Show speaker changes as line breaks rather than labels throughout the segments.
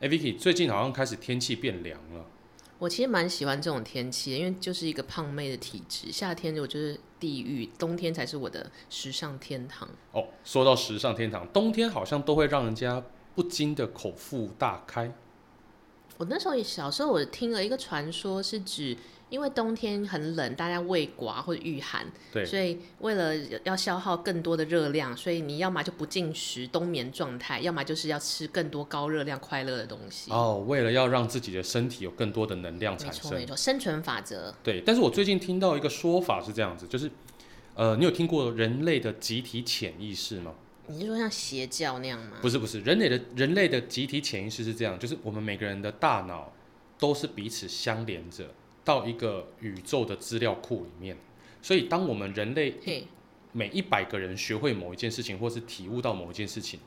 哎，Vicky，最近好像开始天气变凉了。
我其实蛮喜欢这种天气的，因为就是一个胖妹的体质，夏天我就是地狱，冬天才是我的时尚天堂。
哦，说到时尚天堂，冬天好像都会让人家不禁的口腹大开。
我那时候也小时候，我听了一个传说，是指因为冬天很冷，大家胃寡或者御寒，
对，
所以为了要消耗更多的热量，所以你要么就不进食，冬眠状态，要么就是要吃更多高热量快乐的东西。
哦，为了要让自己的身体有更多的能量
没
产
错
生
没，错，生存法则。
对，但是我最近听到一个说法是这样子，就是，呃，你有听过人类的集体潜意识吗？
你是说像邪教那样吗？
不是，不是，人类的人类的集体潜意识是这样，就是我们每个人的大脑都是彼此相连着到一个宇宙的资料库里面，所以当我们人类
嘿，
每一百个人学会某一件事情，或是体悟到某一件事情，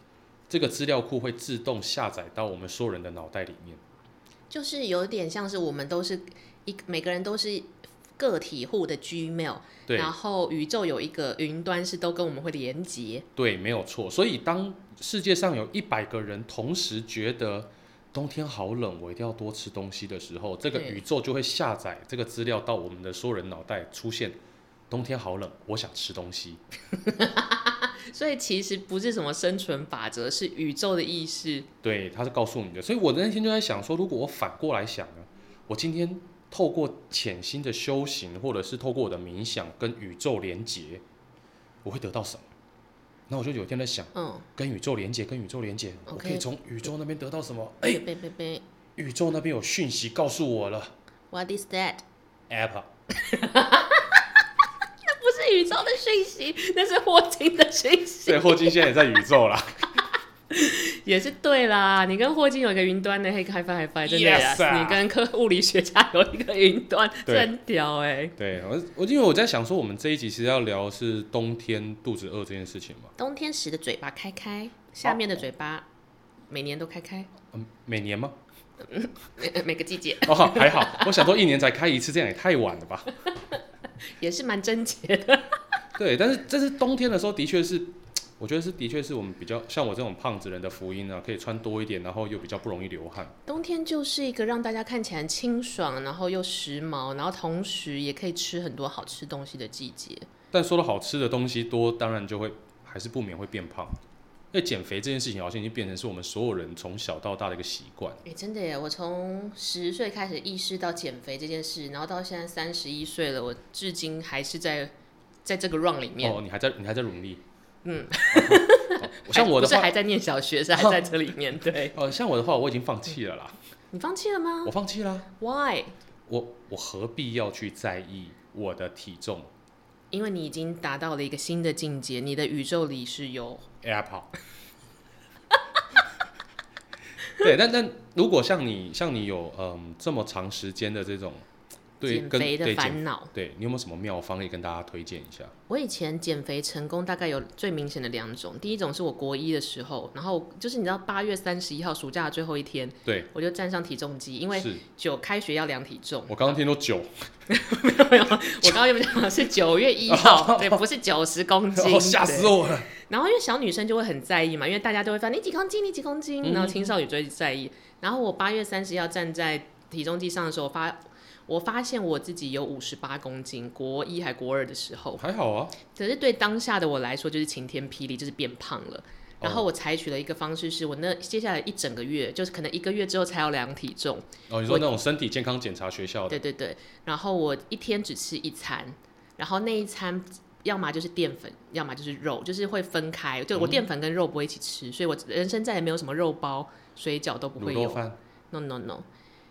这个资料库会自动下载到我们所有人的脑袋里面。
就是有点像是我们都是一每个人都是个体户的 Gmail，
对
然后宇宙有一个云端是都跟我们会连接。
对，没有错。所以当世界上有一百个人同时觉得冬天好冷，我一定要多吃东西的时候，这个
对
宇宙就会下载这个资料到我们的所有人脑袋，出现冬天好冷，我想吃东西。
所以其实不是什么生存法则，是宇宙的意识。
对，他是告诉你的。所以我那天就在想说，如果我反过来想呢，我今天透过潜心的修行，或者是透过我的冥想跟宇宙连接，我会得到什么？那我就有一天在想，
嗯，
跟宇宙连接，跟宇宙连接我可以
OK
从宇宙那边得到什么？哎、
别别别别
宇宙那边有讯息告诉我了啊
，What is that？
，Apple。
那不是宇宙的讯息，那是霍金的讯息
所以，霍金现在也在宇宙啦。
也是对啦。你跟霍金有一个云端的，黑开发 HiFi 真的呀
Yes 啊
你跟科物理学家有一个云端，
对
真屌哎、
对，我我因为我在想说，我们这一集其实要聊是冬天肚子饿这件事情嘛。
冬天时的嘴巴开开，下面的嘴巴每年都开开，
嗯，每年吗？
每呃每个季节
哦，还好，我想说一年才开一次，这样也太晚了吧。
也是蛮贞洁的。
对，但是这是冬天的时候，的确是，我觉得是的确是我们比较像我这种胖子人的福音啊，可以穿多一点，然后又比较不容易流汗。
冬天就是一个让大家看起来清爽，然后又时髦，然后同时也可以吃很多好吃东西的季节。
但说到好吃的东西多，当然就会还是不免会变胖。因为减肥这件事情好像已经变成是我们所有人从小到大的一个习惯。
哎、真的耶！我从十岁开始意识到减肥这件事，然后到现在三十一岁了，我至今还是在在这个 run 里面。
哦，你还在你还在努力。
嗯
哦，哦像我的
还不是
话，
还在念小学，是还在这里面。 对，
呃，像我的话，我已经放弃了啦，
你放弃了吗
我放弃啦，
？Why？
我我何必要去在意我的体重
因为你已经达到了一个新的境界，你的宇宙里是有
？AirPod。对，但但如果像你像你有嗯这么长时间的这种对
减
跟
肥的
对减
烦恼。
对你有没有什么妙方可以跟大家推荐一下？
我以前减肥成功大概有最明显的两种，第一种是我国一的时候，然后就是你知道八月三十一号暑假的最后一天，
对，
我就站上体重机，因为
是
九开学要量体重。
我刚刚听说 酒，
没有没有，我刚刚又讲是九月一号，对，不是九十公斤，
哦吓死
对。
我了。
然后因为小女生就会很在意嘛，因为大家都会发你几公斤，你几公斤，
嗯
然后青少女就会在意。然后我八月三十要站在体重机上的时候，我发我发现我自己有五十八公斤，国一还国二的时候。
还好啊，
可是对当下的我来说，就是晴天霹雳，就是变胖
哦
了。然后我采取了一个方式，是我那接下来一整个月，就是可能一个月之后才要量体重。
哦，你说那种身体健康检查学校的，
对对对，然后我一天只吃一餐，然后那一餐要么就是淀粉，要么就是肉，就是会分开。就我
嗯
淀粉跟肉不会一起吃，所以我人生再也没有什么肉包、水饺都不
卤
会
肉
有。
饭
No no no，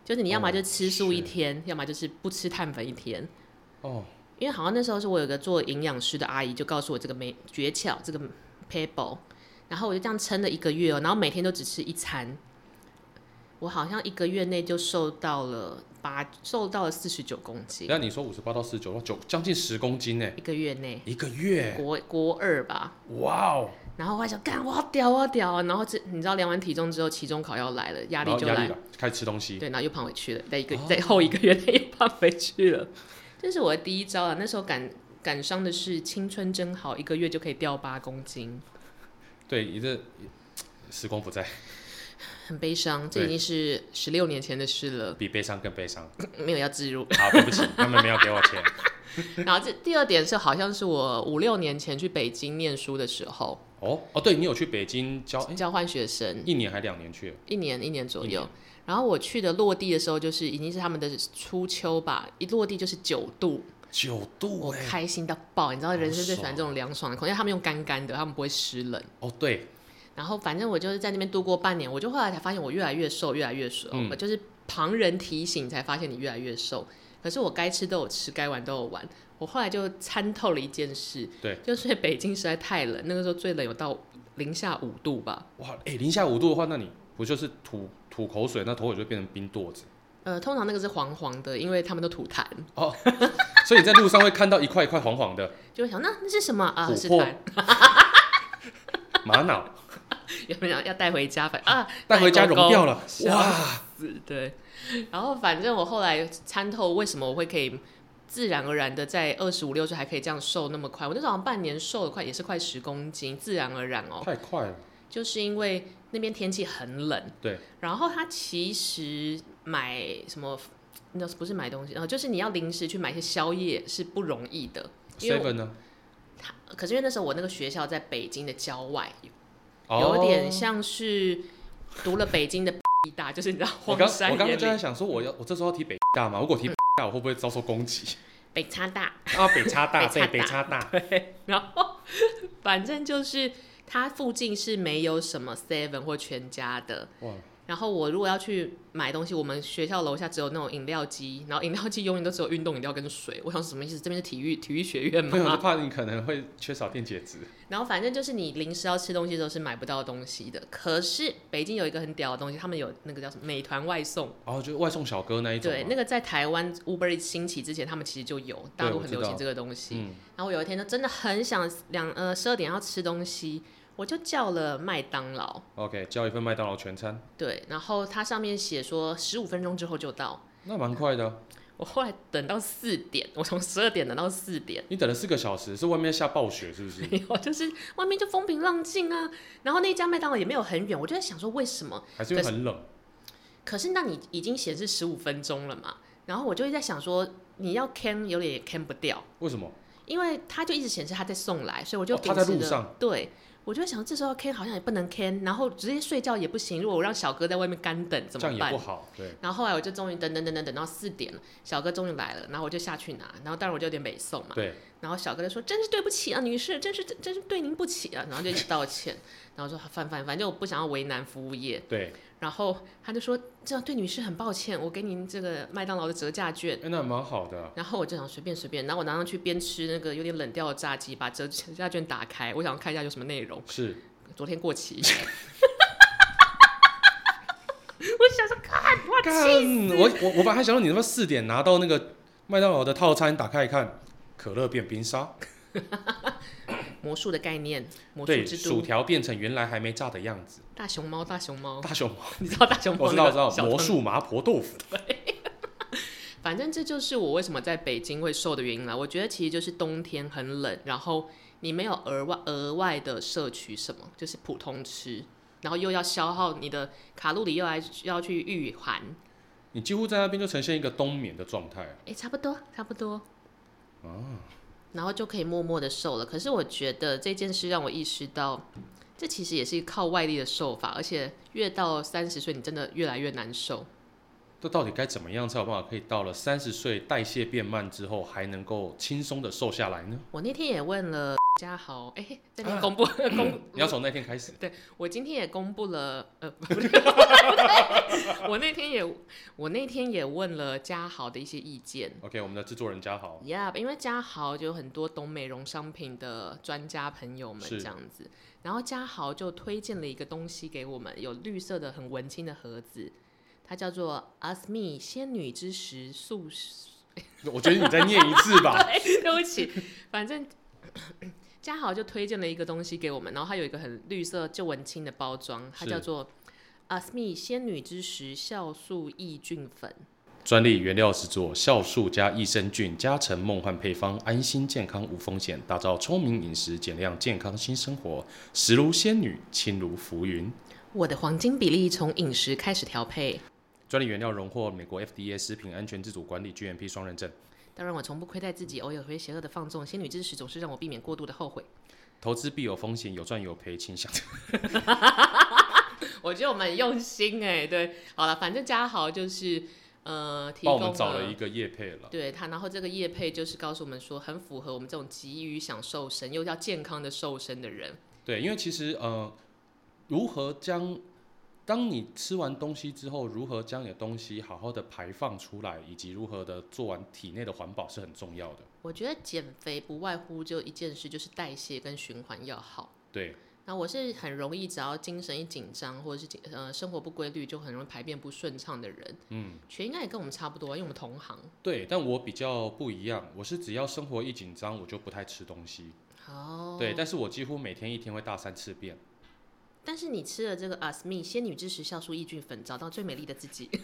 就是你要么
哦
就吃素
是
一天，要么就是不吃碳粉一天。
哦，
因为好像那时候是我有个做营养师的阿姨就告诉我这个没诀窍，这个 paper，然后我就这样撑了一个月哦，然后每天都只吃一餐，我好像一个月内就瘦到了八，瘦到了四十九公斤，
那你说五十八到四十九，哇九将近十公斤呢，
一个月内，
一个月，
国国二吧，
哇哦，
然后我还想干，我好屌，我好屌啊，然后这你知道量完体重之后，期中考要来了，压力
然后
就
压
来
力了，开始吃东西，
对，然后又胖回去了，在一个、
哦
在后一个月内又胖回去了。这是我的第一招啊！那时候感感伤的是青春真好，一个月就可以掉八公斤。
对，你这时光不再，
很悲伤，这
对
已经是十六年前的事了，
比悲伤更悲伤。
没有要置入。
好，对不起，他们没有给我钱。
然后这第二点是，好像是我五六年前去北京念书的时候，
哦哦，对你有去北京教、诶
交换学生
一年还两年去了？
一年一年左
一
右。然后我去的落地的时候，就是已经是他们的初秋吧，一落地就是九欸度，
九
我
度哎、
开心到爆。你知道，人生最
好
喜
爽
欢这种凉爽的空气，因为他们用干干的，他们不会湿冷。
哦对，
然后反正我就是在那边度过半年，我就后来才发现我越来越瘦，越来越瘦。
嗯
我就是旁人提醒才发现你越来越瘦，可是我该吃都有吃，该玩都有玩。我后来就参透了一件事，
对，
就是北京实在太冷，那个时候最冷有到零下五度吧。
哇，哎、零下五度的话，那你不就是吐吐口水，那头也就变成冰垛子？
呃，通常那个是黄黄的，因为他们都吐痰，
所以你在路上会看到一块一块黄黄的
就会想那那是什么啊？
琥
是
珀
痰，
玛瑙，
原本想要带回家，反啊
带回家
狗
融
狗
掉了，
笑
哇！
死对。然后反正我后来参透为什么我会可以自然而然的在二十五六岁还可以这样瘦那么快，我那时候好像半年瘦了快也是快十公斤，自然而然哦，
太快了，
就是因为那边天气很冷。
对。
然后他其实买什么，那不是买东西，然后呃就是你要临时去买一些宵夜是不容易的，因为我
seven 呢？
他可是因为那时候我那个学校在北京的郊外，
哦
有点。像是读了北京的 大，就是你知道
我
荒
刚
山
我刚
野
刚就
岭嗯
在想说，我要我这时候要提北大嘛？如果提北大，我会不会遭受攻击？
北差大。
啊，北差大， 对，
北叉
北差大，
然后反正就是它附近是没有什么 Seven 或全家的。
哇！
然后我如果要去买东西，我们学校楼下只有那种饮料机，然后饮料机永远都只有运动饮料跟水。我想什么意思？这边是体育体育学院
没有，我就
吗？
怕你可能会缺少电解质。
然后反正就是你临时要吃东西的时候是买不到东西的。可是北京有一个很屌的东西，他们有那个叫什么美团外送，
哦，就是外送小哥那一种嘛。
对，那个在台湾 Uber Eats 兴起之前，他们其实就有，大陆
我
很
知
流行
道
这个东西。
嗯，
然后我有一天就真的很想两呃十二点要吃东西，我就叫了麦当劳，
OK，叫一份麦当劳全餐，
对，然后它上面写说十五分钟之后就到。
那蛮快的啊。
我后来等到四点，我从十二点等到四点，
你等了四个小时，是外面下暴雪是不是？
没有，就是外面就风平浪静啊。然后那家麦当劳也没有很远，我就在想说为什么？
还是因为很冷？
可是那你已经显示十五分钟了嘛？然后我就在想说你要 can 有点也 can 不掉，
为什么？
因为他就一直显示他在送来，所以我就
哦
秉
他
持着、
在路上
对。我就在想，这时候 can 好像也不能 can，然后直接睡觉也不行。如果我让小哥在外面干等怎
这样
么
也
办
不？好。对，
然后后来我就终于等等等等等到四点了，小哥终于来了，然后我就下去拿，然后当然我就有点北宋嘛。
对，
然后小哥就说：“真是对不起啊，女士，真是真是对您不起啊。”然后就一直道歉，然后说：“反反反正我不想要为难服务业。
对，”
然后他就说：“这样对女士很抱歉，我给您这个麦当劳的折价券。”
哎，那蛮好的啊。
然后我就想随便随便，然后我拿上去边吃那个有点冷掉的炸鸡，把折 折价券打开，我想看一下有什么内容。
是，
昨天 过期，我想说看，哇，
干，我我我本来还想到你他妈四点拿到那个麦当劳的套餐，打开一看，可乐变冰沙，
魔术的概念，魔术
对，
之
薯
都，
条变成原来还没炸的样子。
大熊猫，大 熊猫，
大熊，
你知道大熊猫？
我知道，我知 道，魔。术麻婆豆腐。
反正这就是我为什么在北京会瘦的原因啦。我觉得其实就是冬天很冷，然后你没有额外额外的摄取什么，就是普通吃，然后又要消耗你的卡路里，又来又要去御寒。
你几乎在那边就呈现一个冬眠的状态。啊
哎、差不多，差不多。然后就可以默默的瘦了。可是我觉得这件事让我意识到，这其实也是靠外力的瘦法，而且越到三十岁，你真的越来越难受。
这到底该怎么样才有办法可以到了三十岁代谢变慢之后，还能够轻松的瘦下来呢？
我那天也问了 嘉豪，哎、这边
啊
公布、公
你要从那天开始，
我今天也公布了，呃，不对，我那天也我那天也问了嘉豪的一些意见。
OK，我们的制作人嘉豪，
Yeah，因为嘉豪就有很多懂美容商品的专家朋友们
是
这样子，然后嘉豪就推荐了一个东西给我们，有绿色的很文青的盒子，它叫做 Asmi 仙女之石素食。
我觉得你再念一次吧。
哎对，对不起，反正嘉豪就推荐了一个东西给我们，然后它有一个很绿色就文青的包装，它
是
叫做 Asmi 仙女之石酵素抑菌粉。
专利原料制作，酵素加益生菌，加成梦幻配方，安心健康无风险，打造聪明饮食，减量健康新生活，食如仙女，轻如浮云。
我的黄金比例从饮食开始调配，
专利原料荣获美国 FDA 食品安全自主管理 GMP 双认证。
当然我从不亏待自己，偶尔会邪恶的放纵，仙女之石总是让我避免过度的后悔。
投资必有风险，有赚有赔，请想。
我觉得我们很用心哎、对，好了，反正嘉豪就是呃提
帮
供
我们找了
了
一个业配了，
对他，然后这个业配就是告诉我们说，很符合我们这种急于想瘦身又要健康的瘦身的人。
对，因为其实呃，如何将当你吃完东西之后，如何将你的东西好好的排放出来，以及如何的做完体内的环保是很重要的。
我觉得减肥不外乎就一件事，就是代谢跟循环要好。
对，
那我是很容易，只要精神一紧张，或者是紧呃生活不规律，就很容易排便不顺畅的人。
嗯，
全应该也跟我们差不多，因为我们同行。
对，但我比较不一样，我是只要生活一紧张，我就不太吃东西。
哦，
对，但是我几乎每天一天会大三次便。
但是你吃了这个阿斯密仙女之石酵素抑菌粉，找到最美丽的自己。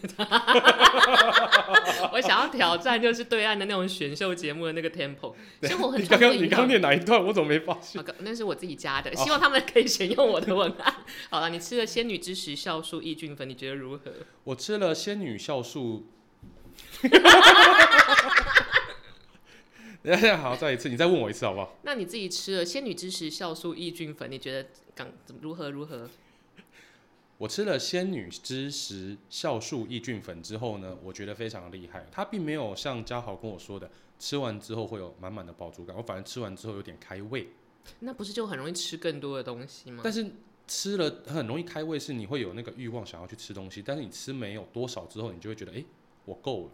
我想要挑战就是对岸的那种选秀节目的那个 tempo，生活很
你刚刚
创
你
意
刚刚念哪一段？我怎么没发现？
好的，啊那是我自己加的，
哦
希望他们可以选用我的文案。 好了，你吃了仙女之石酵素抑菌粉，你觉得如何？
我吃了仙女酵素。 等一下，好，再一次，你再问我一次好不好？
那你自己吃了仙女之石酵素抑菌粉，你觉得感怎么如何如何？
我吃了仙女之石酵素抑菌粉之后呢，我觉得非常厉害。它并没有像嘉豪跟我说的，吃完之后会有满满的饱足感。我反而吃完之后有点开胃，
那不是就很容易吃更多的东西吗？
但是吃了很容易开胃，是你会有那个欲望想要去吃东西，但是你吃没有多少之后，你就会觉得，诶，我够了。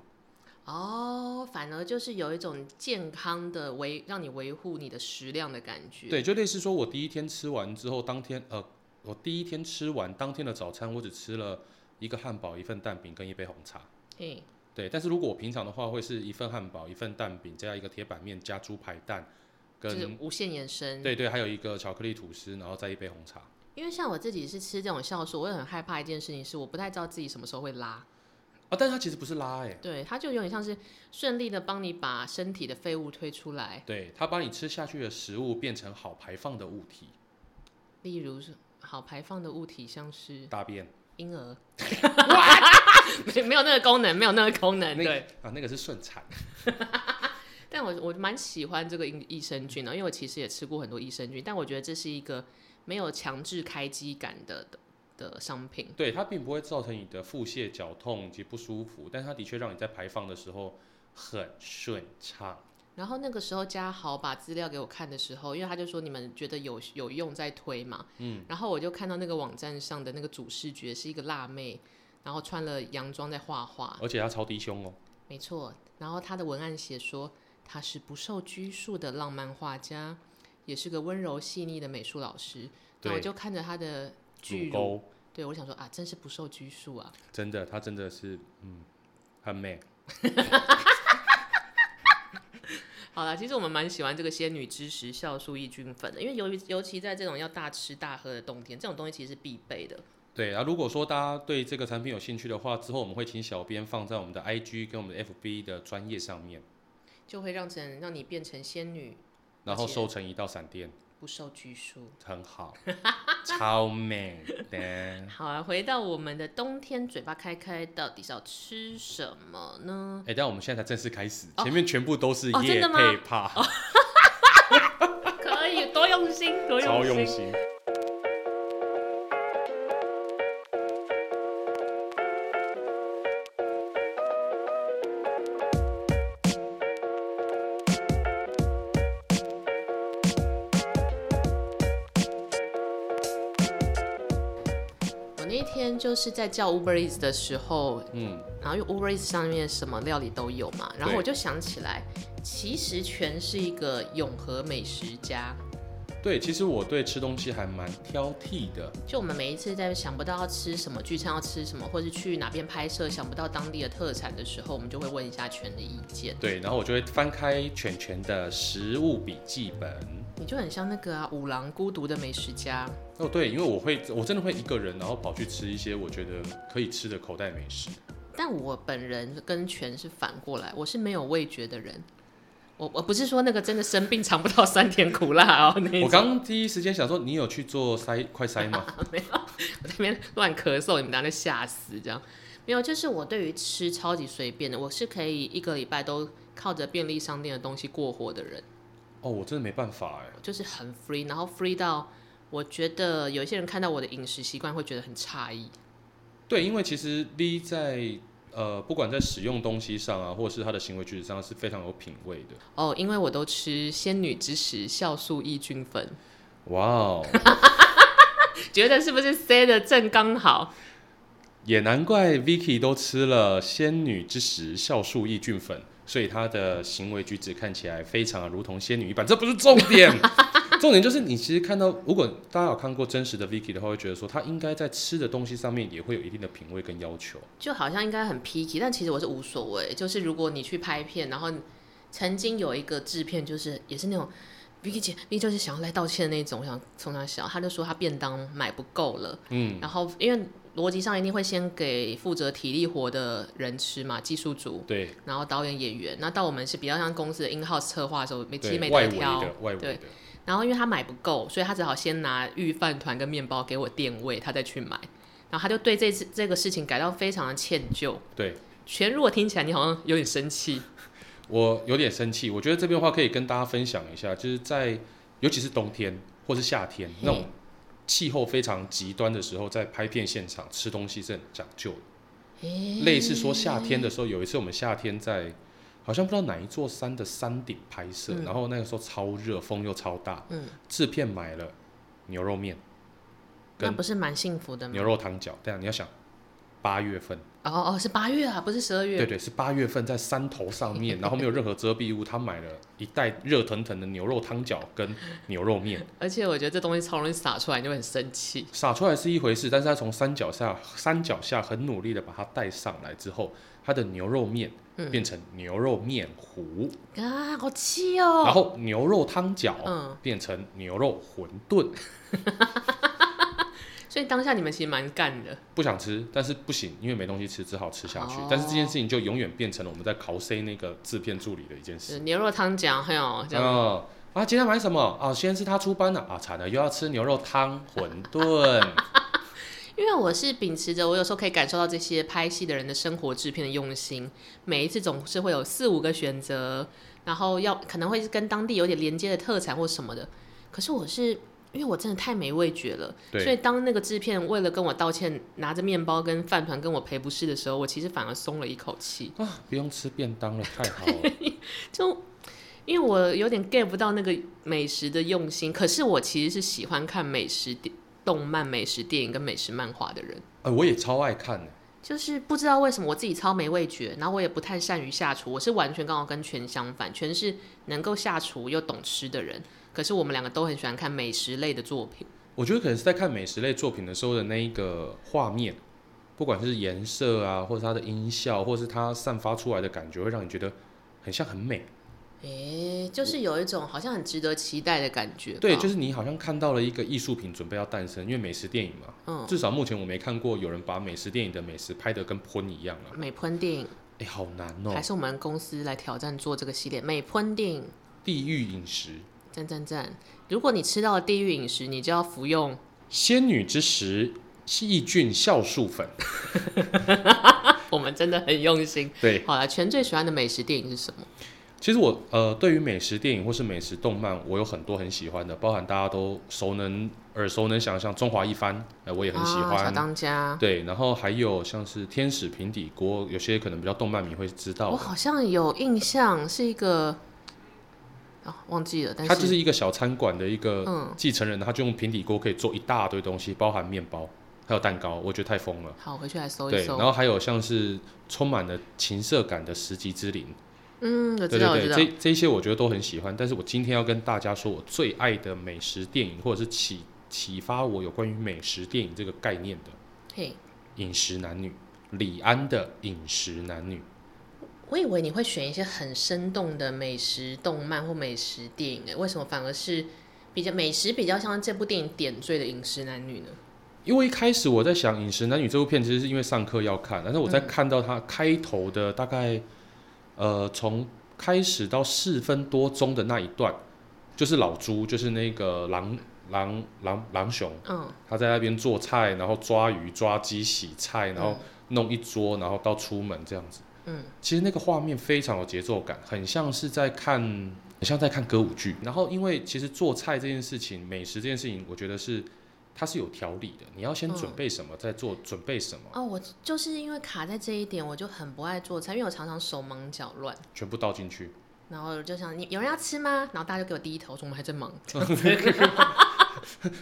哦，反而就是有一种健康的维让你维护你的食量的感觉。
对，就类似说我第一天吃完之后，当天呃，我第一天吃完当天的早餐，我只吃了一个汉堡、一份蛋饼跟一杯红茶。
嘿，
对，但是如果我平常的话，会是一份汉堡、一份蛋饼加一个铁板面加猪排蛋，
就是
跟
无限延伸。
对对，还有一个巧克力吐司，然后再一杯红茶。
因为像我自己是吃这种酵素，我也很害怕一件事情是，我不太知道自己什么时候会拉。
啊，但是它其实不是拉哎、
对，它就有点像是顺利的帮你把身体的废物推出来，
对，它把你吃下去的食物变成好排放的物体，
例如是好排放的物体，像是
大便。
婴儿， 没没有那个功能，没有那个功能，
那个
哎对。
啊，那个是顺产。
但我我蛮喜欢这个益益生菌的，因为我其实也吃过很多益生菌，但我觉得这是一个没有强制开机感的的的商品。
对，它并不会造成你的腹泻、绞痛以及不舒服，但它的确让你在排放的时候很顺畅。
然后那个时候嘉豪把资料给我看的时候，因为他就说你们觉得有有用再推嘛，嗯，然后我就看到那个网站上的那个主视觉是一个辣妹，然后穿了洋装在画画，
而且它超低胸哦。
没错，然后他的文案写说他是不受拘束的浪漫画家，也是个温柔细腻的美术老师，那我
对
就看着他的巨
乳
乳，
沟
对我想说啊，真是不受拘束啊，
真的，它真的是嗯很美。
好啦，其实我们蛮喜欢这个仙女之石酵素抑菌粉的，因为由于尤其在这种要大吃大喝的冬天，这种东西其实是必备的。
对啊，如果说大家对这个产品有兴趣的话，之后我们会请小编放在我们的 IG 跟我们的 FB 的专业上面，
就会让成让你变成仙女，
然后
而且
收成一道闪电，
不受拘束。
很好，超美的。
好啊，回到我们的冬天，嘴巴开开，到底是要吃什么呢？
哎、但我们现在才正式开始，
哦
前面全部都是
哦真
夜
的吗
配趴，
可以多用心，多
超
用
用
心。
心。
我那一天就是在叫 Uber Eats 的时候，
嗯，
然后因为 Uber Eats 上面什么料理都有嘛，然后
对
我就想起来，其实全是一个永和美食家。
对，其实我对吃东西还蛮挑剔的。
就我们每一次在想不到要吃什么，聚餐要吃什么，或是去哪边拍摄想不到当地的特产的时候，我们就会问一下全的意见。
对，然后我就会翻开犬犬的食物笔记本。
你就很像那个啊，五郎孤独的美食家。
哦，对，因为我会，我真的会一个人，然后跑去吃一些我觉得可以吃的口袋美食。
但我本人跟全是反过来，我是没有味觉的人。我我不是说那个真的生病尝不到酸甜苦辣哦，那一种
我刚第一时间想说，你有去做筛快筛吗？
没有，我在那边乱咳嗽，你们大家吓死这样。没有，就是我对于吃超级随便的，我是可以一个礼拜都靠着便利商店的东西过活的人，
哦，我真的没办法哎、
就是很 free，然后 free 到我觉得有一些人看到我的饮食习惯会觉得很诧异。
对，因为其实 V 在呃，不管在使用东西上啊，或者是他的行为举止上，是非常有品味的。
哦，因为我都吃仙女之石酵素抑菌粉，
哇 哦，
觉得是不是塞的正刚好？
也难怪 Vicky 都吃了仙女之石酵素抑菌粉，所以她的行为举止看起来非常的如同仙女一般。这不是重点，重点就是你其实看到，如果大家有看过真实的 Vicky 的话，会觉得说她应该在吃的东西上面也会有一定的品味跟要求。
就好像应该很 picky，但其实我是无所谓。就是如果你去拍片，然后曾经有一个制片，就是也是那种 Vicky 姐，Vicky 就是想要来道歉的那种，我想冲他笑，他就说他便当买不够了，
嗯，
然后因为逻辑上一定会先给负责体力活的人吃嘛，技术组，
对，
然后导演、演员，那到我们是比较像公司的 in house 策划的时候，没其实
对，
没
外
得
围
挑
的，外围
对
的，
然后因为他买不够，所以他只好先拿预饭团跟面包给我垫位，他再去买。然后他就对这次这个事情感到非常的歉疚。
对。
全如果听起来你好像有点生气，
我有点生气，我觉得这边的话可以跟大家分享一下，就是在尤其是冬天或是夏天那
嗯
种气候非常极端的时候，在拍片现场吃东西是很讲究的。
嗯
类似说夏天的时候，有一次我们夏天在好像不知道哪一座山的山顶拍摄，然后那个时候超热，风又超大，
嗯，
制片买了牛肉面
那
跟
不是蛮幸福的吗
牛？肉汤饺，但你要想八月份。
哦哦，是八月啊，不是十二
对
月。
对，是八月份在山头上 面，然后没有任何遮蔽物，他买了一袋热腾腾的牛肉汤饺跟牛肉面，
而且我觉得这东西超容易洒出来，你就会很生气。
撒出来是一回事，但是他从山脚下山脚下很努力的把它带上来之后，他的牛肉面
嗯
变成牛肉面糊，
啊，好气
然
哦！
后牛肉汤饺
嗯
变成牛肉馄饨，
所以当下你们其实蛮干的，
不想吃，但是不行，因为没东西吃，只好吃下去。
哦
但是这件事情就永远变成了我们在考 C 那个制片助理的一件
就
事
是。牛肉汤饺，还有这样
嗯，啊，今天买什么？啊，先是他出班了啊，惨了，又要吃牛肉汤、馄 饨。
因为我是秉持着我有时候可以感受到这些拍戏的人的生活制片的用心，每一次总是会有四五个选择，然后要可能会是跟当地有点连接的特产或什么的。可是我是因为我真的太没味觉了，所以
对，
当那个制片为了跟我道歉，拿着面包跟饭团跟我赔不是的时候，我其实反而松了一口气，
啊，不用吃便当了，太好了。
就。因为我有点 get 不到那个美食的用心，可是我其实是喜欢看美食电、动漫、美食电影跟美食漫画的人。
哎，我也超爱看的。
就是不知道为什么我自己超没味觉，然后我也不太善于下厨，我是完全刚好跟全相反，全是能够下厨又懂吃的人。可是我们两个都很喜欢看美食类的作品，
我觉得可能是在看美食类作品的时候的那一个画面，不管是颜色啊，或者它的音效，或是它散发出来的感觉，会让你觉得很像很美。
诶、就是有一种好像很值得期待的感觉吧。
对，就是你好像看到了一个艺术品准备要诞生，因为美食电影嘛。
嗯，
至少目前我没看过有人把美食电影的美食拍得跟喷一样啊！
美喷电影、
哎，好难哦
还，是我们公司来挑战做这个系列美喷电影，
地狱饮食。
赞赞赞！如果你吃到了地狱饮食，你就要服用
仙女之石是益菌酵素粉，
我们真的很用心。
对。
好了，全最喜欢的美食电影是什么？
其实我呃，对于美食电影或是美食动漫，我有很多很喜欢的，包含大家都熟能耳熟能详，像《中华一番》，呃，我也很喜
啊、小
欢。
当家。
对，然后还有像是《天使平底锅》，有些可能比较动漫迷会知道
我
的。
好像有印象，是一个啊，忘记了，但
它就是一个小餐馆的一个
嗯，
继承人，他就用平底锅可以做一大堆东西，包含面包还有蛋糕，我觉得太疯了。
好，我回去来搜一
对，然
搜。
后还有像是充满了情色感的《十级之灵》，
嗯，我
对
知道，我
对
知
对，
道。
这这些我觉得都很喜欢，但是我今天要跟大家说，我最爱的美食电影，或者是启启发我有关于美食电影这个概念的
嘿，
《饮食男女》，李安的《饮食男女》。
我以为你会选一些很生动的美食动漫或美食电影，诶，欸为什么反而是比较美食比较像这部电影点缀的《饮食男女》呢？
因为一开始我在想《饮食男女》这部片，其实是因为上课要看，但是我在看到它开头的大概，呃，从开始到四分多钟的那一段，就是老朱，就是那个狼狼狼狼熊，
嗯，
他在那边做菜，然后抓鱼、抓鸡、洗菜，然后弄一桌，然后到出门这样子。
嗯，
其实那个画面非常有节奏感，很像是在看，很像在看歌舞剧。然后，因为其实做菜这件事情、美食这件事情，我觉得是它是有条理的，你要先
嗯
准备什么，再做准备什么，
哦，我就是因为卡在这一点，我就很不爱做菜，因为我常常手忙脚乱，
全部倒进去。
然后就想你有人要吃吗？然后大家就给我低头，说我们还在忙，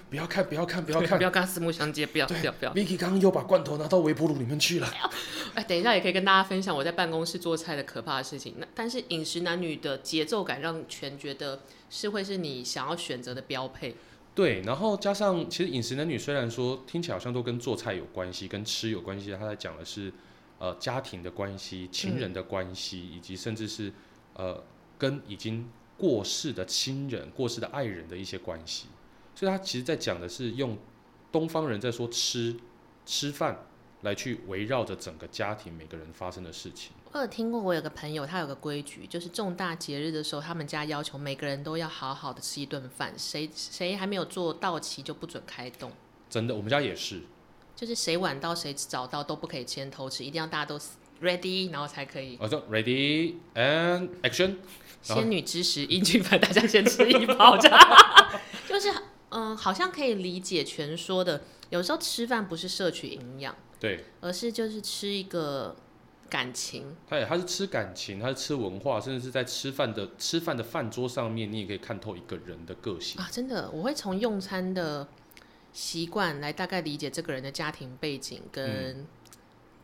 不要看，不要看，不要看
嗯 不。要跟他四目相接，不要不要不要。
Vicky 刚刚又把罐头拿到微波炉里面去了。
哎，等一下也可以跟大家分享我在办公室做菜的可怕的事情。那但是饮食男女的节奏感让全觉得是会是你想要选择的标配。
对，然后加上其实饮食男女虽然说听起来好像都跟做菜有关系，跟吃有关系，他在讲的是呃家庭的关系、亲人的关系，以及甚至是呃跟已经过世的亲人、过世的爱人的一些关系。所以他其实在讲的是用东方人在说吃吃饭来去围绕着整个家庭每个人发生的事情。
我有听过，我有个朋友，他有个规矩，就是重大节日的时候，他们家要求每个人都要好好的吃一顿饭，谁谁还没有做到齐就不准开动，
真的，我们家也是，
就是谁晚到谁早到都不可以先偷吃，一定要大家都 ready，然后才可以。
我说 ready and action。然后
仙女之时，一举把大家先吃一包，这样 就是嗯、好像可以理解全说的。有时候吃饭不是摄取营养，
对，
而是就是吃一个感情。
他也他是吃感情，他是吃文化，甚至是在吃饭的吃饭的饭桌上面，你也可以看透一个人的个性。
啊，真的，我会从用餐的习惯来大概理解这个人的家庭背景
嗯
跟，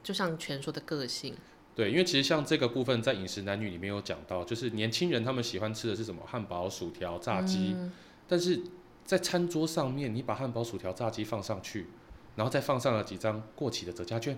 就像全说的个性。
对，因为其实像这个部分在饮食男女里面有讲到，就是年轻人他们喜欢吃的是什么汉堡、薯条、炸鸡，
嗯
但是在餐桌上面，你把汉堡、薯条、炸鸡放上去，然后再放上了几张过期的折价券，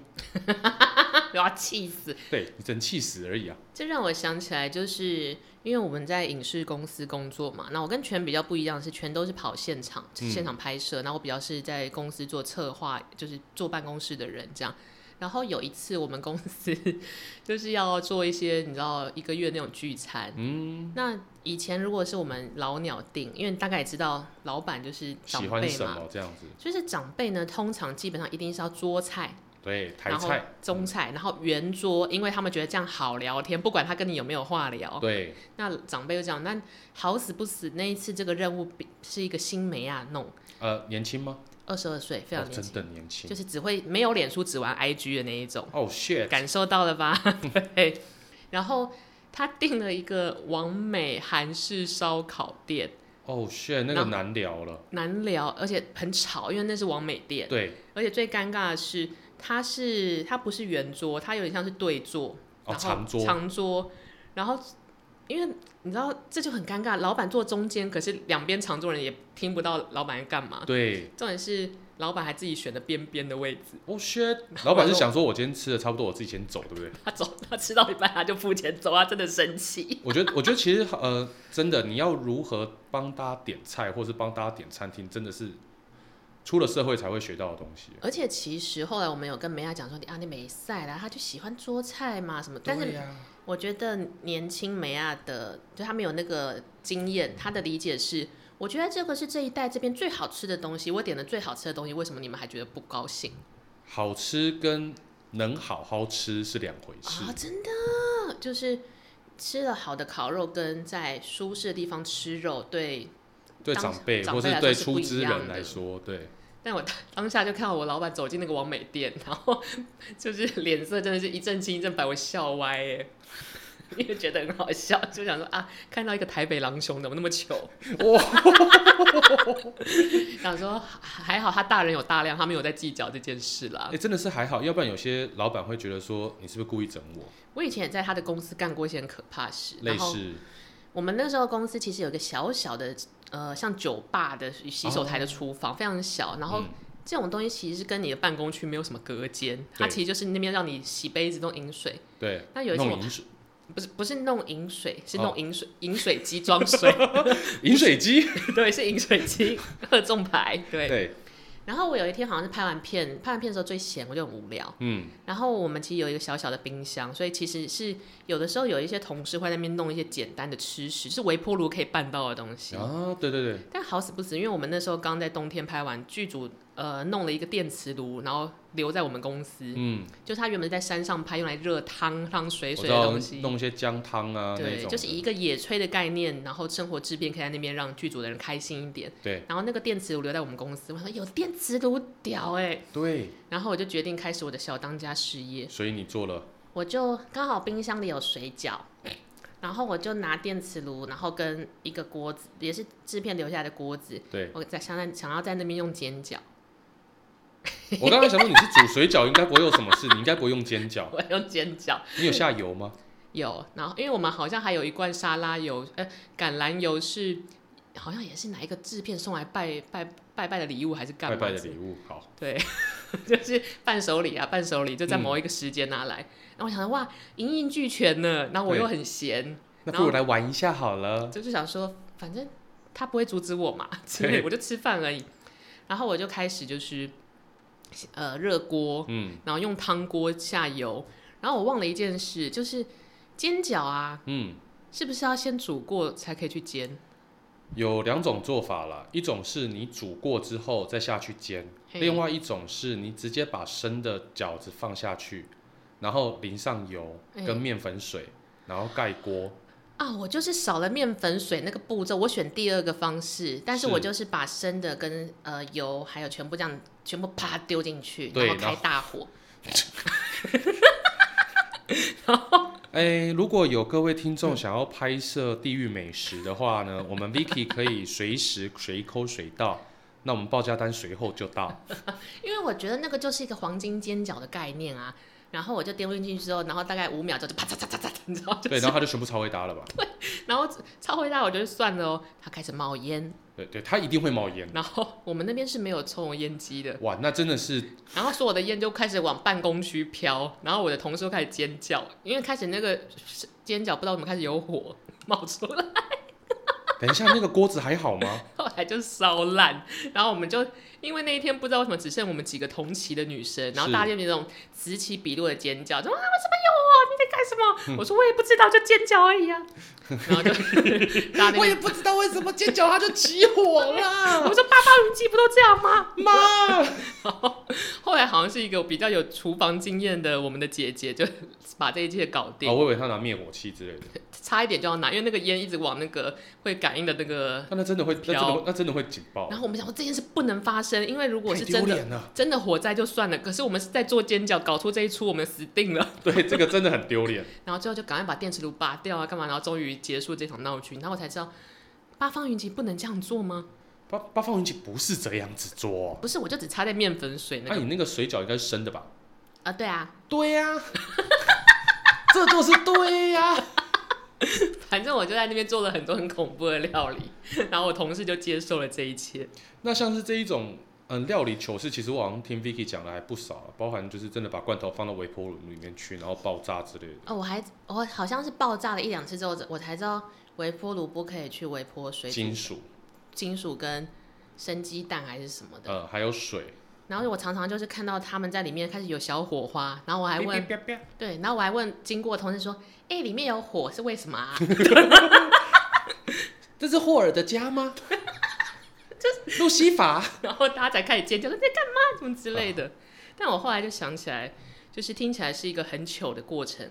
我要气死！
对你只能气死而已啊。
这让我想起来，就是因为我们在影视公司工作嘛，那我跟全比较不一样，是全都是跑现场，
嗯
现场拍摄，然后我比较是在公司做策划，就是坐办公室的人这样。然后有一次我们公司 就是要做一些你知道一个月那种聚餐，
嗯，
那以前如果是我们老鸟定，因为大概也知道老板就是长
喜欢
辈
什
嘛，
么这样子？
就是长辈呢，通常基本上一定是要桌菜，
对，台
然后
菜，
中菜，然后圆桌，因为他们觉得这样好聊天，不管他跟你有没有话聊。
对，
那长辈就这样，那好死不死那一次这个任务比是一个新梅亚弄，
呃，年轻吗？
二十二岁，非
哦
常，年
真
轻，
的年轻
就。是只会没有脸书，只玩 IG 的那一种。
哦，shit，
感受到了吧？ 对。然后他订了一个完美韩式烧烤店，
哦，shit，那个
然后
难聊了。
难聊，而且很吵，因为那是完美店。
对，
而且最尴尬的是，它是它不是圆桌，它有点像是对坐，
哦，
然后
长桌，
长桌，然后。因为你知道，这就很尴尬。老板坐中间，可是两边长桌人也听不到老板在干嘛。
对，
重点是，老板还自己选的边边的位置。
哦 shit，老板是想说我今天吃的差不多，我自己先走，对不 对？
他走，他吃到一半他就付钱走，他真的生气。
我觉得，我觉得其实呃，真的，你要如何帮大家点菜，或是帮大家点餐厅，真的是出了社会才会学到的东西。
而且其实后来我们有跟梅亚讲说，啊，你没赛啦，他就喜欢桌菜嘛什么。但
对啊
是
呀、
我觉得年轻梅亚的，就他没有那个经验，他的理解是，我觉得这个是这一代这边最好吃的东西，我点的最好吃的东西，为什么你们还觉得不高兴
好吃跟能好好吃是两回事。
啊？真的，就是吃了好的烤肉跟在舒适的地方吃肉，对。
对
当
长辈
长
或
辈来
对
说是不
出
一
资
样
人
的
来说，对，
但我当当下就看到我老板走进那个王美店，然后 就是脸色真的是一阵青一阵白，我笑歪哎， 因为觉得很好笑，就想说啊，看到一个台北狼熊怎么那么糗，
哇，
想说还好他大人有大量，他没有在计较这件事啦
哎、。真的是还好，要不然有些老板会觉得说你是不是故意整我，
我以前也在他的公司干过一些很可怕的事，
类
然后
似
我们那时候公司其实有一个小小的呃像酒吧的洗手台的厨房，非常小，然后
哦嗯
这种东西其实是跟你的办公区没有什么隔间，它
对
其实就是那边让你洗杯子、弄饮水。
对，
那有一次
弄
我
饮水
不是不是弄饮水，是
哦
弄饮水、饮水机装水，
饮水机，
对，是饮水机喝中牌，对。
对，
然后我有一天好像是拍完片，拍完片的时候最闲，我就很无聊。
嗯，
然后我们其实有一个小小的冰箱，所以其实是有的时候有一些同事会在那边弄一些简单的吃食，是微波炉可以办到的东西。
啊，对对对，
但好死不死，因为我们那时候刚在冬天拍完，剧组呃弄了一个电磁炉，然后留在我们公司，
嗯，
就是他原本在山上拍，用来热汤汤水
我
水
知
的
道
东西。
弄一些姜汤啊那一
对，
种的，
就是以一个野炊的概念，然后生活质变可以在那边让剧组的人开心一点。
对
然后那个电磁炉留在我们公司，我说有电磁炉屌哎、
对，
然后我就决定开始我的小当家事业。
所以你做了，
我就刚好冰箱里有水饺，然后我就拿电磁炉，然后跟一个锅子，也是制片留下来的锅子，
对
我在想在想要在那边用煎饺，
我刚刚想说你是煮水饺，应该不会有什么事，你应该不会用煎饺，
我用煎饺
你有下油吗？
有，然后因为我们好像还有一罐沙拉油，呃，橄榄油是好像也是哪一个制片送来拜拜拜拜的礼物还是 干
拜
嘛？
拜的礼物，好，
对， 就是伴手礼啊，伴手礼就在
嗯
某一个时间拿来，然后我想说哇，应应俱全呢，然后我又很闲，
那
然
不
后
如来玩一下好了，
就是想说，反正他不会阻止我嘛，之
对
类，我就吃饭而已。然后我就开始就是，呃，热锅，
嗯
然后用汤锅下油。然后我忘了一件事，就是煎饺啊，
嗯，
是不是要先煮过才可以去煎？
有两种做法啦，一种是你煮过之后再下去煎，
嘿
另外一种是你直接把生的饺子放下去，然后淋上油
哎
跟面粉水，然后盖锅，
啊，我就是少了面粉水那个步骤，我选第二个方式，但是
是
我就是把生的跟呃油还有全部这样全部啪丢进去，
对
然后
然
开大火。
哎，如果有各位听众
嗯
想要拍摄地狱美食的话呢， 我们 Vicky 可以随时随抠随到，那我们报价单随后就 到。
因为我觉得那个就是一个黄金煎饺的概念啊。然后我就丢进去之后，然后大概五秒钟就啪嚓嚓嚓嚓，你知道就
对，
是，
然后他就全部超会搭了吧？
然后超会大我就算了哦，它开始冒烟，
对对，他一定会冒烟。
然后我们那边是没有抽油烟机的，
哇，那真的是
然后所有的烟就开始往办公区飘，然后我的同事就开始尖叫，因为开始那个尖叫不知道怎么开始有火冒出来，
等一下，那个锅子还好吗？
后来就烧烂，然后我们就因为那一天不知道为什么只剩我们几个同期的女生，然后
是
大家就哎那种此起彼落的尖叫，就啊为什么有我？你在干什么？我说我也不知道，就尖叫而已啊。然后就大 家那边，
不知道为什么煎饺它就起火
哎我
了，
说 八八鱼鸡不都这样吗？
妈！哦
然后后来好像是一个比较有厨房经验的我们的姐姐，就把这一切搞定，
哦，我以为他拿灭火器之类的，
差一点就要拿，因为那个烟一直往那个会感应的那个。
但那真的会，那真的
飘
会那真的会警报
然，后我们想说这件事不能发生，因为如果
哦太
是
丢
真的
脸了。
真的火灾就算了，可是我们是在做煎饺，搞出这一出，我们死定了。
对，这个真的很丢脸。
然后最后就赶快把电磁炉拔掉啊，干嘛？然后终于结束这场闹剧。然后我才知道，八方云集不能这样做吗？
八八方云集不是这样子做，
不是，我就只插在面粉水那
那
个
你那个水饺应该是生的吧？
啊，对啊，
对呀， 这就是对呀。
反正我就在那边做了很多很恐怖的料理， 然后我同事就接受了这一切。
那像是这一种。嗯，料理糗事其实我好像听 Vicky 讲的还不少，包含就是真的把罐头放到微波炉里面去，然后爆炸之类的。
哦，我还我好像是爆炸了一两次之后，我才知道微波炉不可以去微波水煮
金属，
金属跟生鸡蛋还是什么的。
呃，还有水，
然后我常常就是看到他们在里面开始有小火花，然后我还问
哔哔哔哔
对，然后我还问经过的同事说：“哎、里面有火是为什么啊
这是霍尔的家 吗？就是路西法。？”
然后大家才开始尖叫说：“在干嘛？什么之 类的。但我后来就想起来，就是听起来是一个很糗的过程，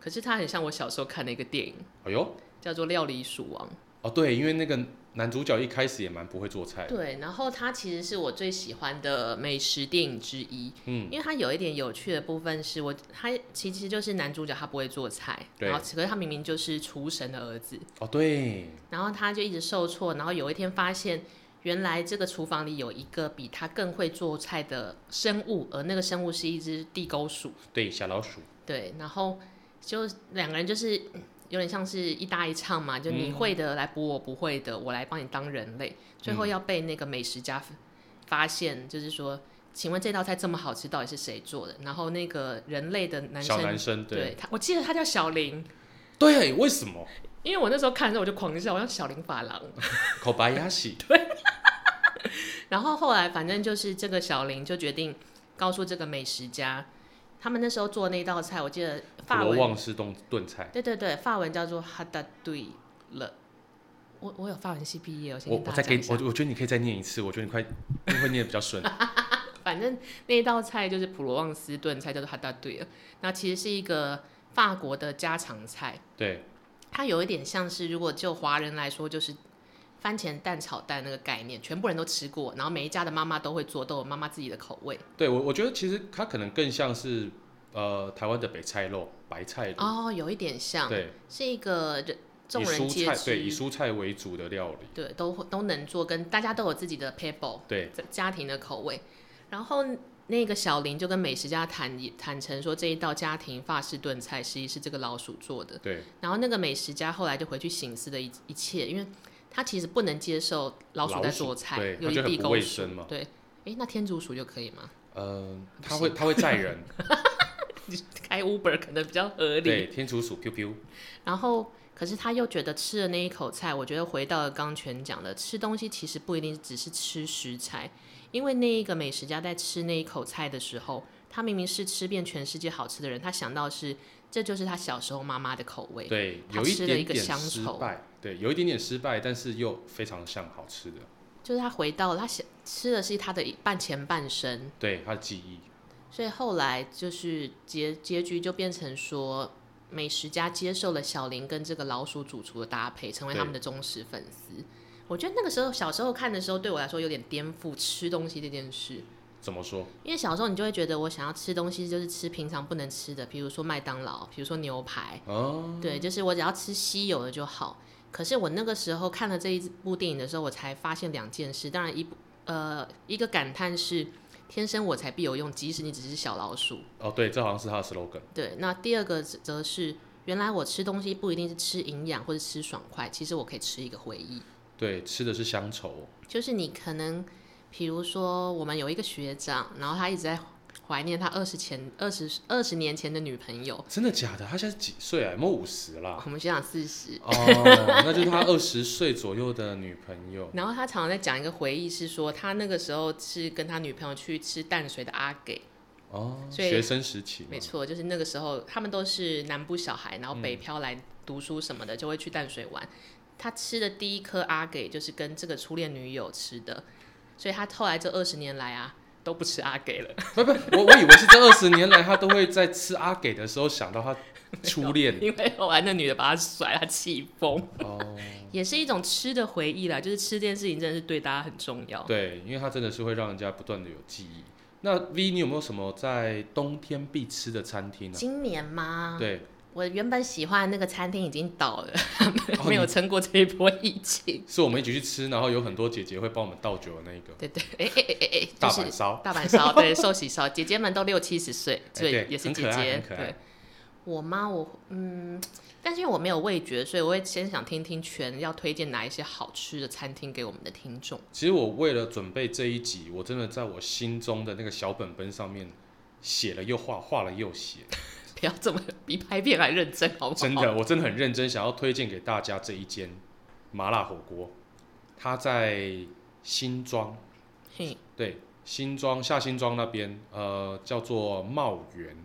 可是它很像我小时候看的一个电影，
哎呦，
叫做《料理鼠王
哦对，因为那个男主角一开始也蛮不会做》。菜的，
对，然后它其实是我最喜欢的美食电影之一，
嗯，
因为它有一点有趣的部分是我，它其实就是男主角他不会做菜，
对
然后可是他明明就是厨神的儿子，
哦对，
然后他就一直受挫，然后有一天发现，原来这个厨房里有一个比他更会做菜的生物，而那个生物是一只地沟鼠。
对小老鼠，
对，然后就两个人就是嗯有点像是一搭一唱嘛，就你
嗯
会的来补我不会的，我来帮你当人类。最后要被那个美食家发发现，就是说，请问这道菜这么好吃，到底是谁做的？然后那个人类的男
小
生，
男生，
对
对
他，我记得他叫小林，
对，为什 么？
因为 我那时候看的时候我就狂笑，我像小林法郎。
口白鸭喜，
然后后来反正就是这个小林就决定告诉这个美食家，他们那时候做那道菜，我记得 法
罗
文
旺是炖炖菜。
对对对，法文叫做哈达对了。我我有法文系毕业，我先
我
跟
我
大
再
家讲
给
一
你，
下
我我觉得你可以再念一次，我觉得你快你会念的比较 顺。
反正那道菜就是普罗旺斯炖菜，叫做哈达对了。那其实是一个法国的家常菜，
对，
它有一点像是，如果就华人来说，就是番茄蛋炒蛋那个概念，全部人都吃过，然后每一家的妈妈都会做，都有妈妈自己的口味。
对我我觉得其实它可能更像是呃台湾的北菜肉、白菜卤，
哦，有一点像，
对，
是一个人众
以
人
蔬
皆
菜对以
知，
蔬菜为主的料理。
对，都会都能做，跟大家都有自己的 people，
对，
家庭的口味。然后那个小林就跟美食家坦坦诚说，这一道家庭法式炖菜实际是这个老鼠做的。
对，
然后那个美食家后来就回去醒思的一一切，因为他其实不能接受老鼠在做菜，
对，
有
它
一
就很
地
不
沟
卫
鼠。
生嘛。
对，哎，那天竺鼠就可以吗？
嗯，它会它会载人，
开 Uber 可能比较合理。
对，天竺鼠 Q Q，
然后，可是他又觉得吃了那一口菜，我觉得回到了刚全讲的，吃东西其实不一定只是吃食材，因为那一个美食家在吃那一口菜的时候，他明明是吃遍全世界好吃的人，他想到的是这就是他小时候妈妈的口味。
对，
它
有一
吃了一
点
个
点
乡
失
愁
败，对，有一点点失败，但是又非常像好吃的，
就是他回到他想吃的是他的一半前半生，
对，它的记忆，
所以后来就是结结局就变成说，美食家接受了小林跟这个老鼠主厨的搭配，成为他们的忠实粉丝。我觉得那个时候小时候看的时候，对我来说有点颠覆吃东西这件事，
怎么说？
因为小时候你就会觉得我想要吃东西就是吃平常不能吃的，比如说麦当劳，比如说牛排，
哦，
对，就是我只要吃稀有的就好。可是我那个时候看了这一部电影的时候，我才发现两件事。当然一部呃一个感叹是天生我材必有用，即使你只是小老鼠。
哦，对，这好像是它的 slogan，
对，那第二个则则是原来我吃东西不一定是吃营养或者吃爽快，其实我可以吃一个回忆。
对，吃的是乡愁，
就是你可能，比如说我们有一个学长，然后他一直在怀念他二十前二十二十年前的女朋友，
真的假的？他现在几岁啊？有没有五十啦？
我们学长四十，
哦， 那就是他二十岁左右的女朋友，
然后他常常在讲一个回忆，是说他那个时候是跟他女朋友去吃淡水的阿给，
哦，
所以
学生时期嘛
没，错，就是那个时候他们都是南部小孩，然后北漂来读书什么的，就会去淡水玩。他吃的第一颗阿给就是跟这个初恋女友吃的，所以他后来这二十年来啊都不吃阿给了，
不不，我我以为是这二十年来，他都会在吃阿给的时候想到他初 恋
因为后来那女的把他甩，他气疯，
哦，
也是一种吃的回忆啦。就是吃这件事情真的是对大家很重要。
对，因为它真的是会让人家不断的有记忆。那 V，你有没有什么在冬天必吃的餐厅呢、
今年吗？
对，
我原本喜欢的那个餐厅已经倒了，
哦
没有
你
撑过这一波疫情。
是我们一起去吃，然后有很多姐姐会帮我们倒酒的那个
对对，哎哎哎哎哎，
大
就是
阪烧，
大阪烧，对，寿喜烧，姐姐们都六七十岁，所以
哎对
也是
很
姐
可爱
姐
很。可爱
对，我妈我嗯，但是因为我没有味觉，所以我会先想听听全要推荐哪一些好吃的餐厅给我们的听众。
其实我为了准备这一集，我真的在我心中的那个小本本上面写了又画，画了又写，
不要这么比拍片还认真，好不好？
真的，我真的很认真，想要推荐给大家这一间麻辣火锅，它在新庄，
嘿，
对，新庄下新庄那边，呃，叫做茂源。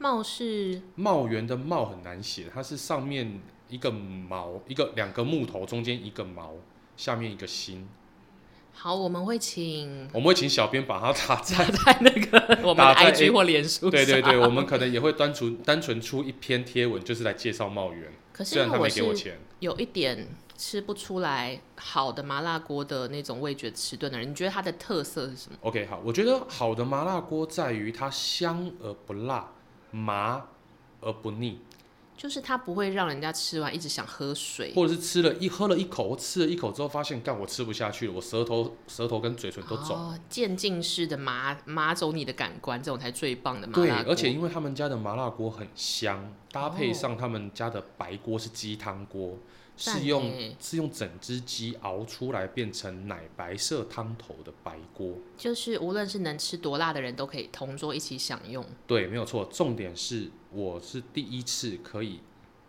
貌似
茂源的茂很难写，它是上面一个毛，一个两个木头，中间一个毛，下面一个心。
好，我们会请
我们会请小编把它打 在。
在那个我们的
打在
IG 或脸书上。
对对对，我们可能也会单纯单纯出一篇贴文，就是来介绍茂源。
可是
虽然
因
他
为我
没给我
是
钱，
有一点吃不出来好的麻辣锅的那种味觉迟钝的人，你觉得它的特色是什么？
OK，好，我觉得好的麻辣锅在于它香而不辣，麻而不腻，
就是它不会让人家吃完一直想喝水，
或者是吃了一喝了一口，吃了一口之后发现，干我吃不下去了，我舌头舌头跟嘴唇都肿。
哦，渐进式的麻麻走你的感官，这种才最棒的麻
对，
辣锅。哦
而且因为他们家的麻辣锅很香，搭配上他们家的白锅是鸡汤锅，
赞
是
欸
用是用整只鸡熬出来变成奶白色汤头的白锅。
就是无论是能吃多辣的人都可以同桌一起享用。
对，没有错。重点是，我是第一次可以，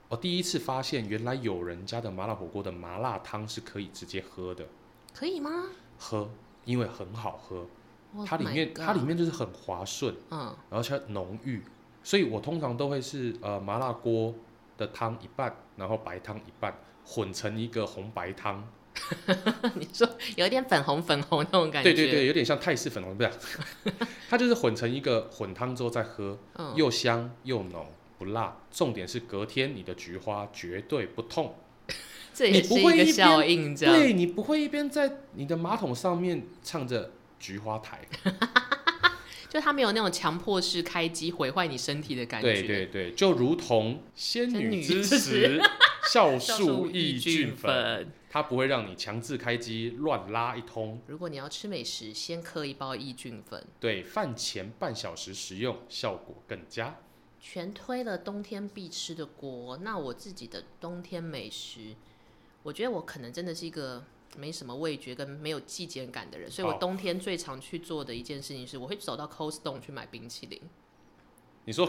我、第一次发现原来有人家的麻辣火锅的麻辣汤是可以直接喝的，
可以吗？
喝。因为很好喝，
Oh
它里
my
面它里
God
面就是很滑顺，
嗯
然后它浓郁，所以我通常都会是呃麻辣锅的汤一半，然后白汤一半，混成一个红白汤。
你说有一点粉红粉红那种感
对
觉，
对对，有点像泰式粉红，不是、啊 它就是混成一个混汤之后再喝，
嗯，
又香又浓不辣，重点是隔天你的菊花绝对不痛。
这
你
也
不
是一
会
个
一
效
边
应，这样
对你不会一边在你的马桶上面唱着《菊花台
就它没有那种强迫式开机毁坏你身体的》，感觉，
对对对，就如同仙
仙
女
女
之
之
时 酵
酵
素
抑
抑菌粉，
粉。
它不会让你强制开机乱拉一通。
如果你要吃美食，先嗑一包抑菌粉。
对，饭前半小时食用效果更佳。
全推了冬天必吃的锅，那我自己的冬天美食，我觉得我可能真的是一个没什么味觉跟没有季节感的人，所以我
哦
冬天最常去做的一件事情是，我会走到 Cold Stone 去买冰淇淋。
你说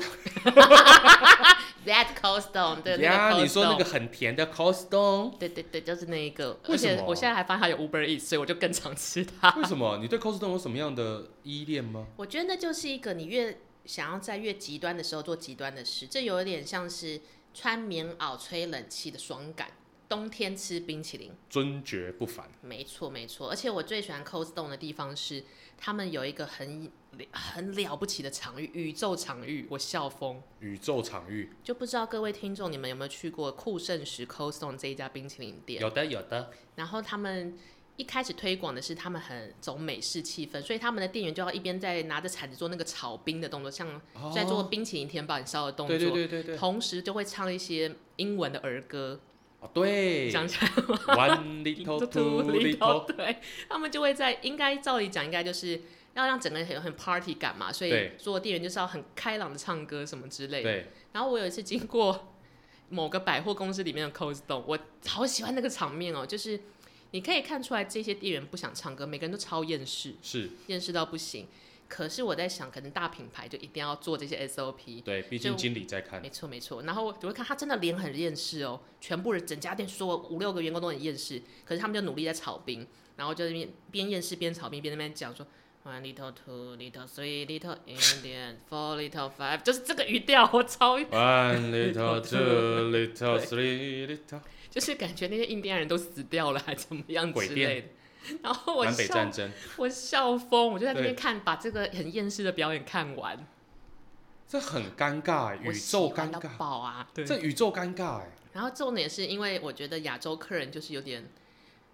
That Cold Stone，对，那
呀，
个 Cold
你说那
Stone
个很甜的 Costco，
对对对，就是那一个，
为
而
什么
且我现在还发现它有 Uber Eats，所以我就更常吃它。
为什么？你对 Costco 有什么样的依恋吗？
我觉得那就是一个你越想要在越极端的时候做极端的事，这有点像是穿棉袄吹冷气的爽感。冬天吃冰淇淋，
尊爵不凡。
没错没错。而且我最喜欢 Cold Stone 的地方是，他们有一个很很了不起的场域，宇宙场域，我笑疯。
宇宙场域
就不知道各位听众你们有没有去过酷盛时 Cold Stone 这一家冰淇淋店？
有的有的，
然后他们一开始推广的是他们很走美式气氛，所以他们的店员就要一边在拿着铲子做那个炒冰的动作，像
哦
在做冰淇淋天板烧的动作，
对对对对 对，
同时就会唱一些英文的儿歌，
哦对
讲起来
，One little two little，
对，他们就会在应该照理讲应该就是。要让整个人很很 party 感嘛，所以
对
做店员就是要很开朗的唱歌什么之类的。
对，
然后我有一次经过某个百货公司里面的 cos d o 我好喜欢那个场面哦，就是你可以看出来这些店员不想唱歌，每个人都超厌世，
是，
厌世到不行。可是我在想，可能大品牌就一定要做这些 SOP。
对，毕竟经理在 看，
没错没错，然后我就会看他真的脸很厌世哦，全部人整家店说五六个员工都很厌世，可是他们就努力在炒冰，然后就在那边边厌世边炒冰边在那边讲说 one little two little three little Indian four little five，就是这个语调我超
One little,
Little
two
two
little,
对
three little。
就是感觉那些印第安人都死掉了，还怎么样
鬼
之类的。然后 我
南北
笑
战，争，
我笑疯，我就在那
对
边看，把这个很厌世的表演看完，
这很尴尬欸，
我
宇
喜
宙
欢
尴
到
尬，
爆啊！
这宇宙尴尬哎。
然后重点是因为我觉得亚洲客人就是有点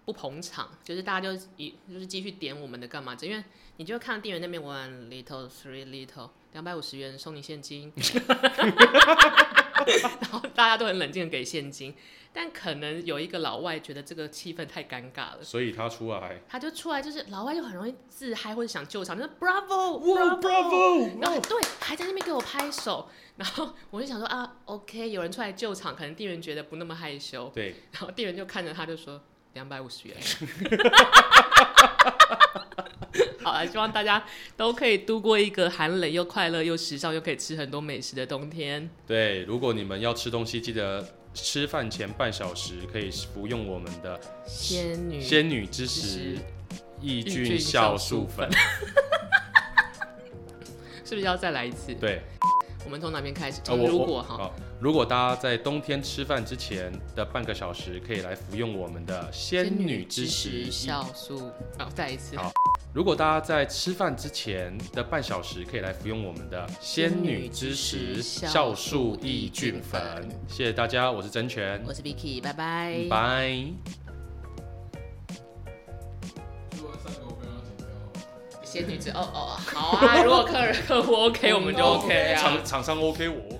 不捧场，就是大家就一就是继续点我们的干嘛？因为你就看到店员那边 one little three little 两百五十元送你现金， 然后大家都很冷静的给现金，但可能有一个老外觉得这个气氛太尴尬了。
所以他出来，
他就出来就是老外就很容易自嗨或者想救场，就是 Bravo
哇 Bravo，
然后
哇
对还在那边给我拍手，然后我就想说啊，OK，有人出来救场，可能店员觉得不那么害羞，
对，
然后店员就看着他就说两百五十元。好了，希望大家都可以度过一个寒冷又快乐又时尚又可以吃很多美食的冬天。
对，如果你们要吃东西，记得吃饭前半小时可以服用我们的
仙女
仙女之
之
石
石
抑
嗯抑
菌酵素粉。，
是不是要再来一次？
对，
我们从哪边开始？
呃
从
我
如
我
果哈，
好如果大家在冬天吃饭之前的半个小时，可以来服用我们的仙女之石抑
酵素，哦，再一次
好如果大家在吃饭之前的半小时可以来服用我们的仙女之石酵素抑菌粉，谢谢大家，我是真权，
我是 Vicky，拜拜。
嗯拜。
就三个我朋友请教，
哦
嗯
仙女之哦哦，好啊，如果客人客户 OK，我们就 OK 啊。
厂厂商 OK 啊我 OK。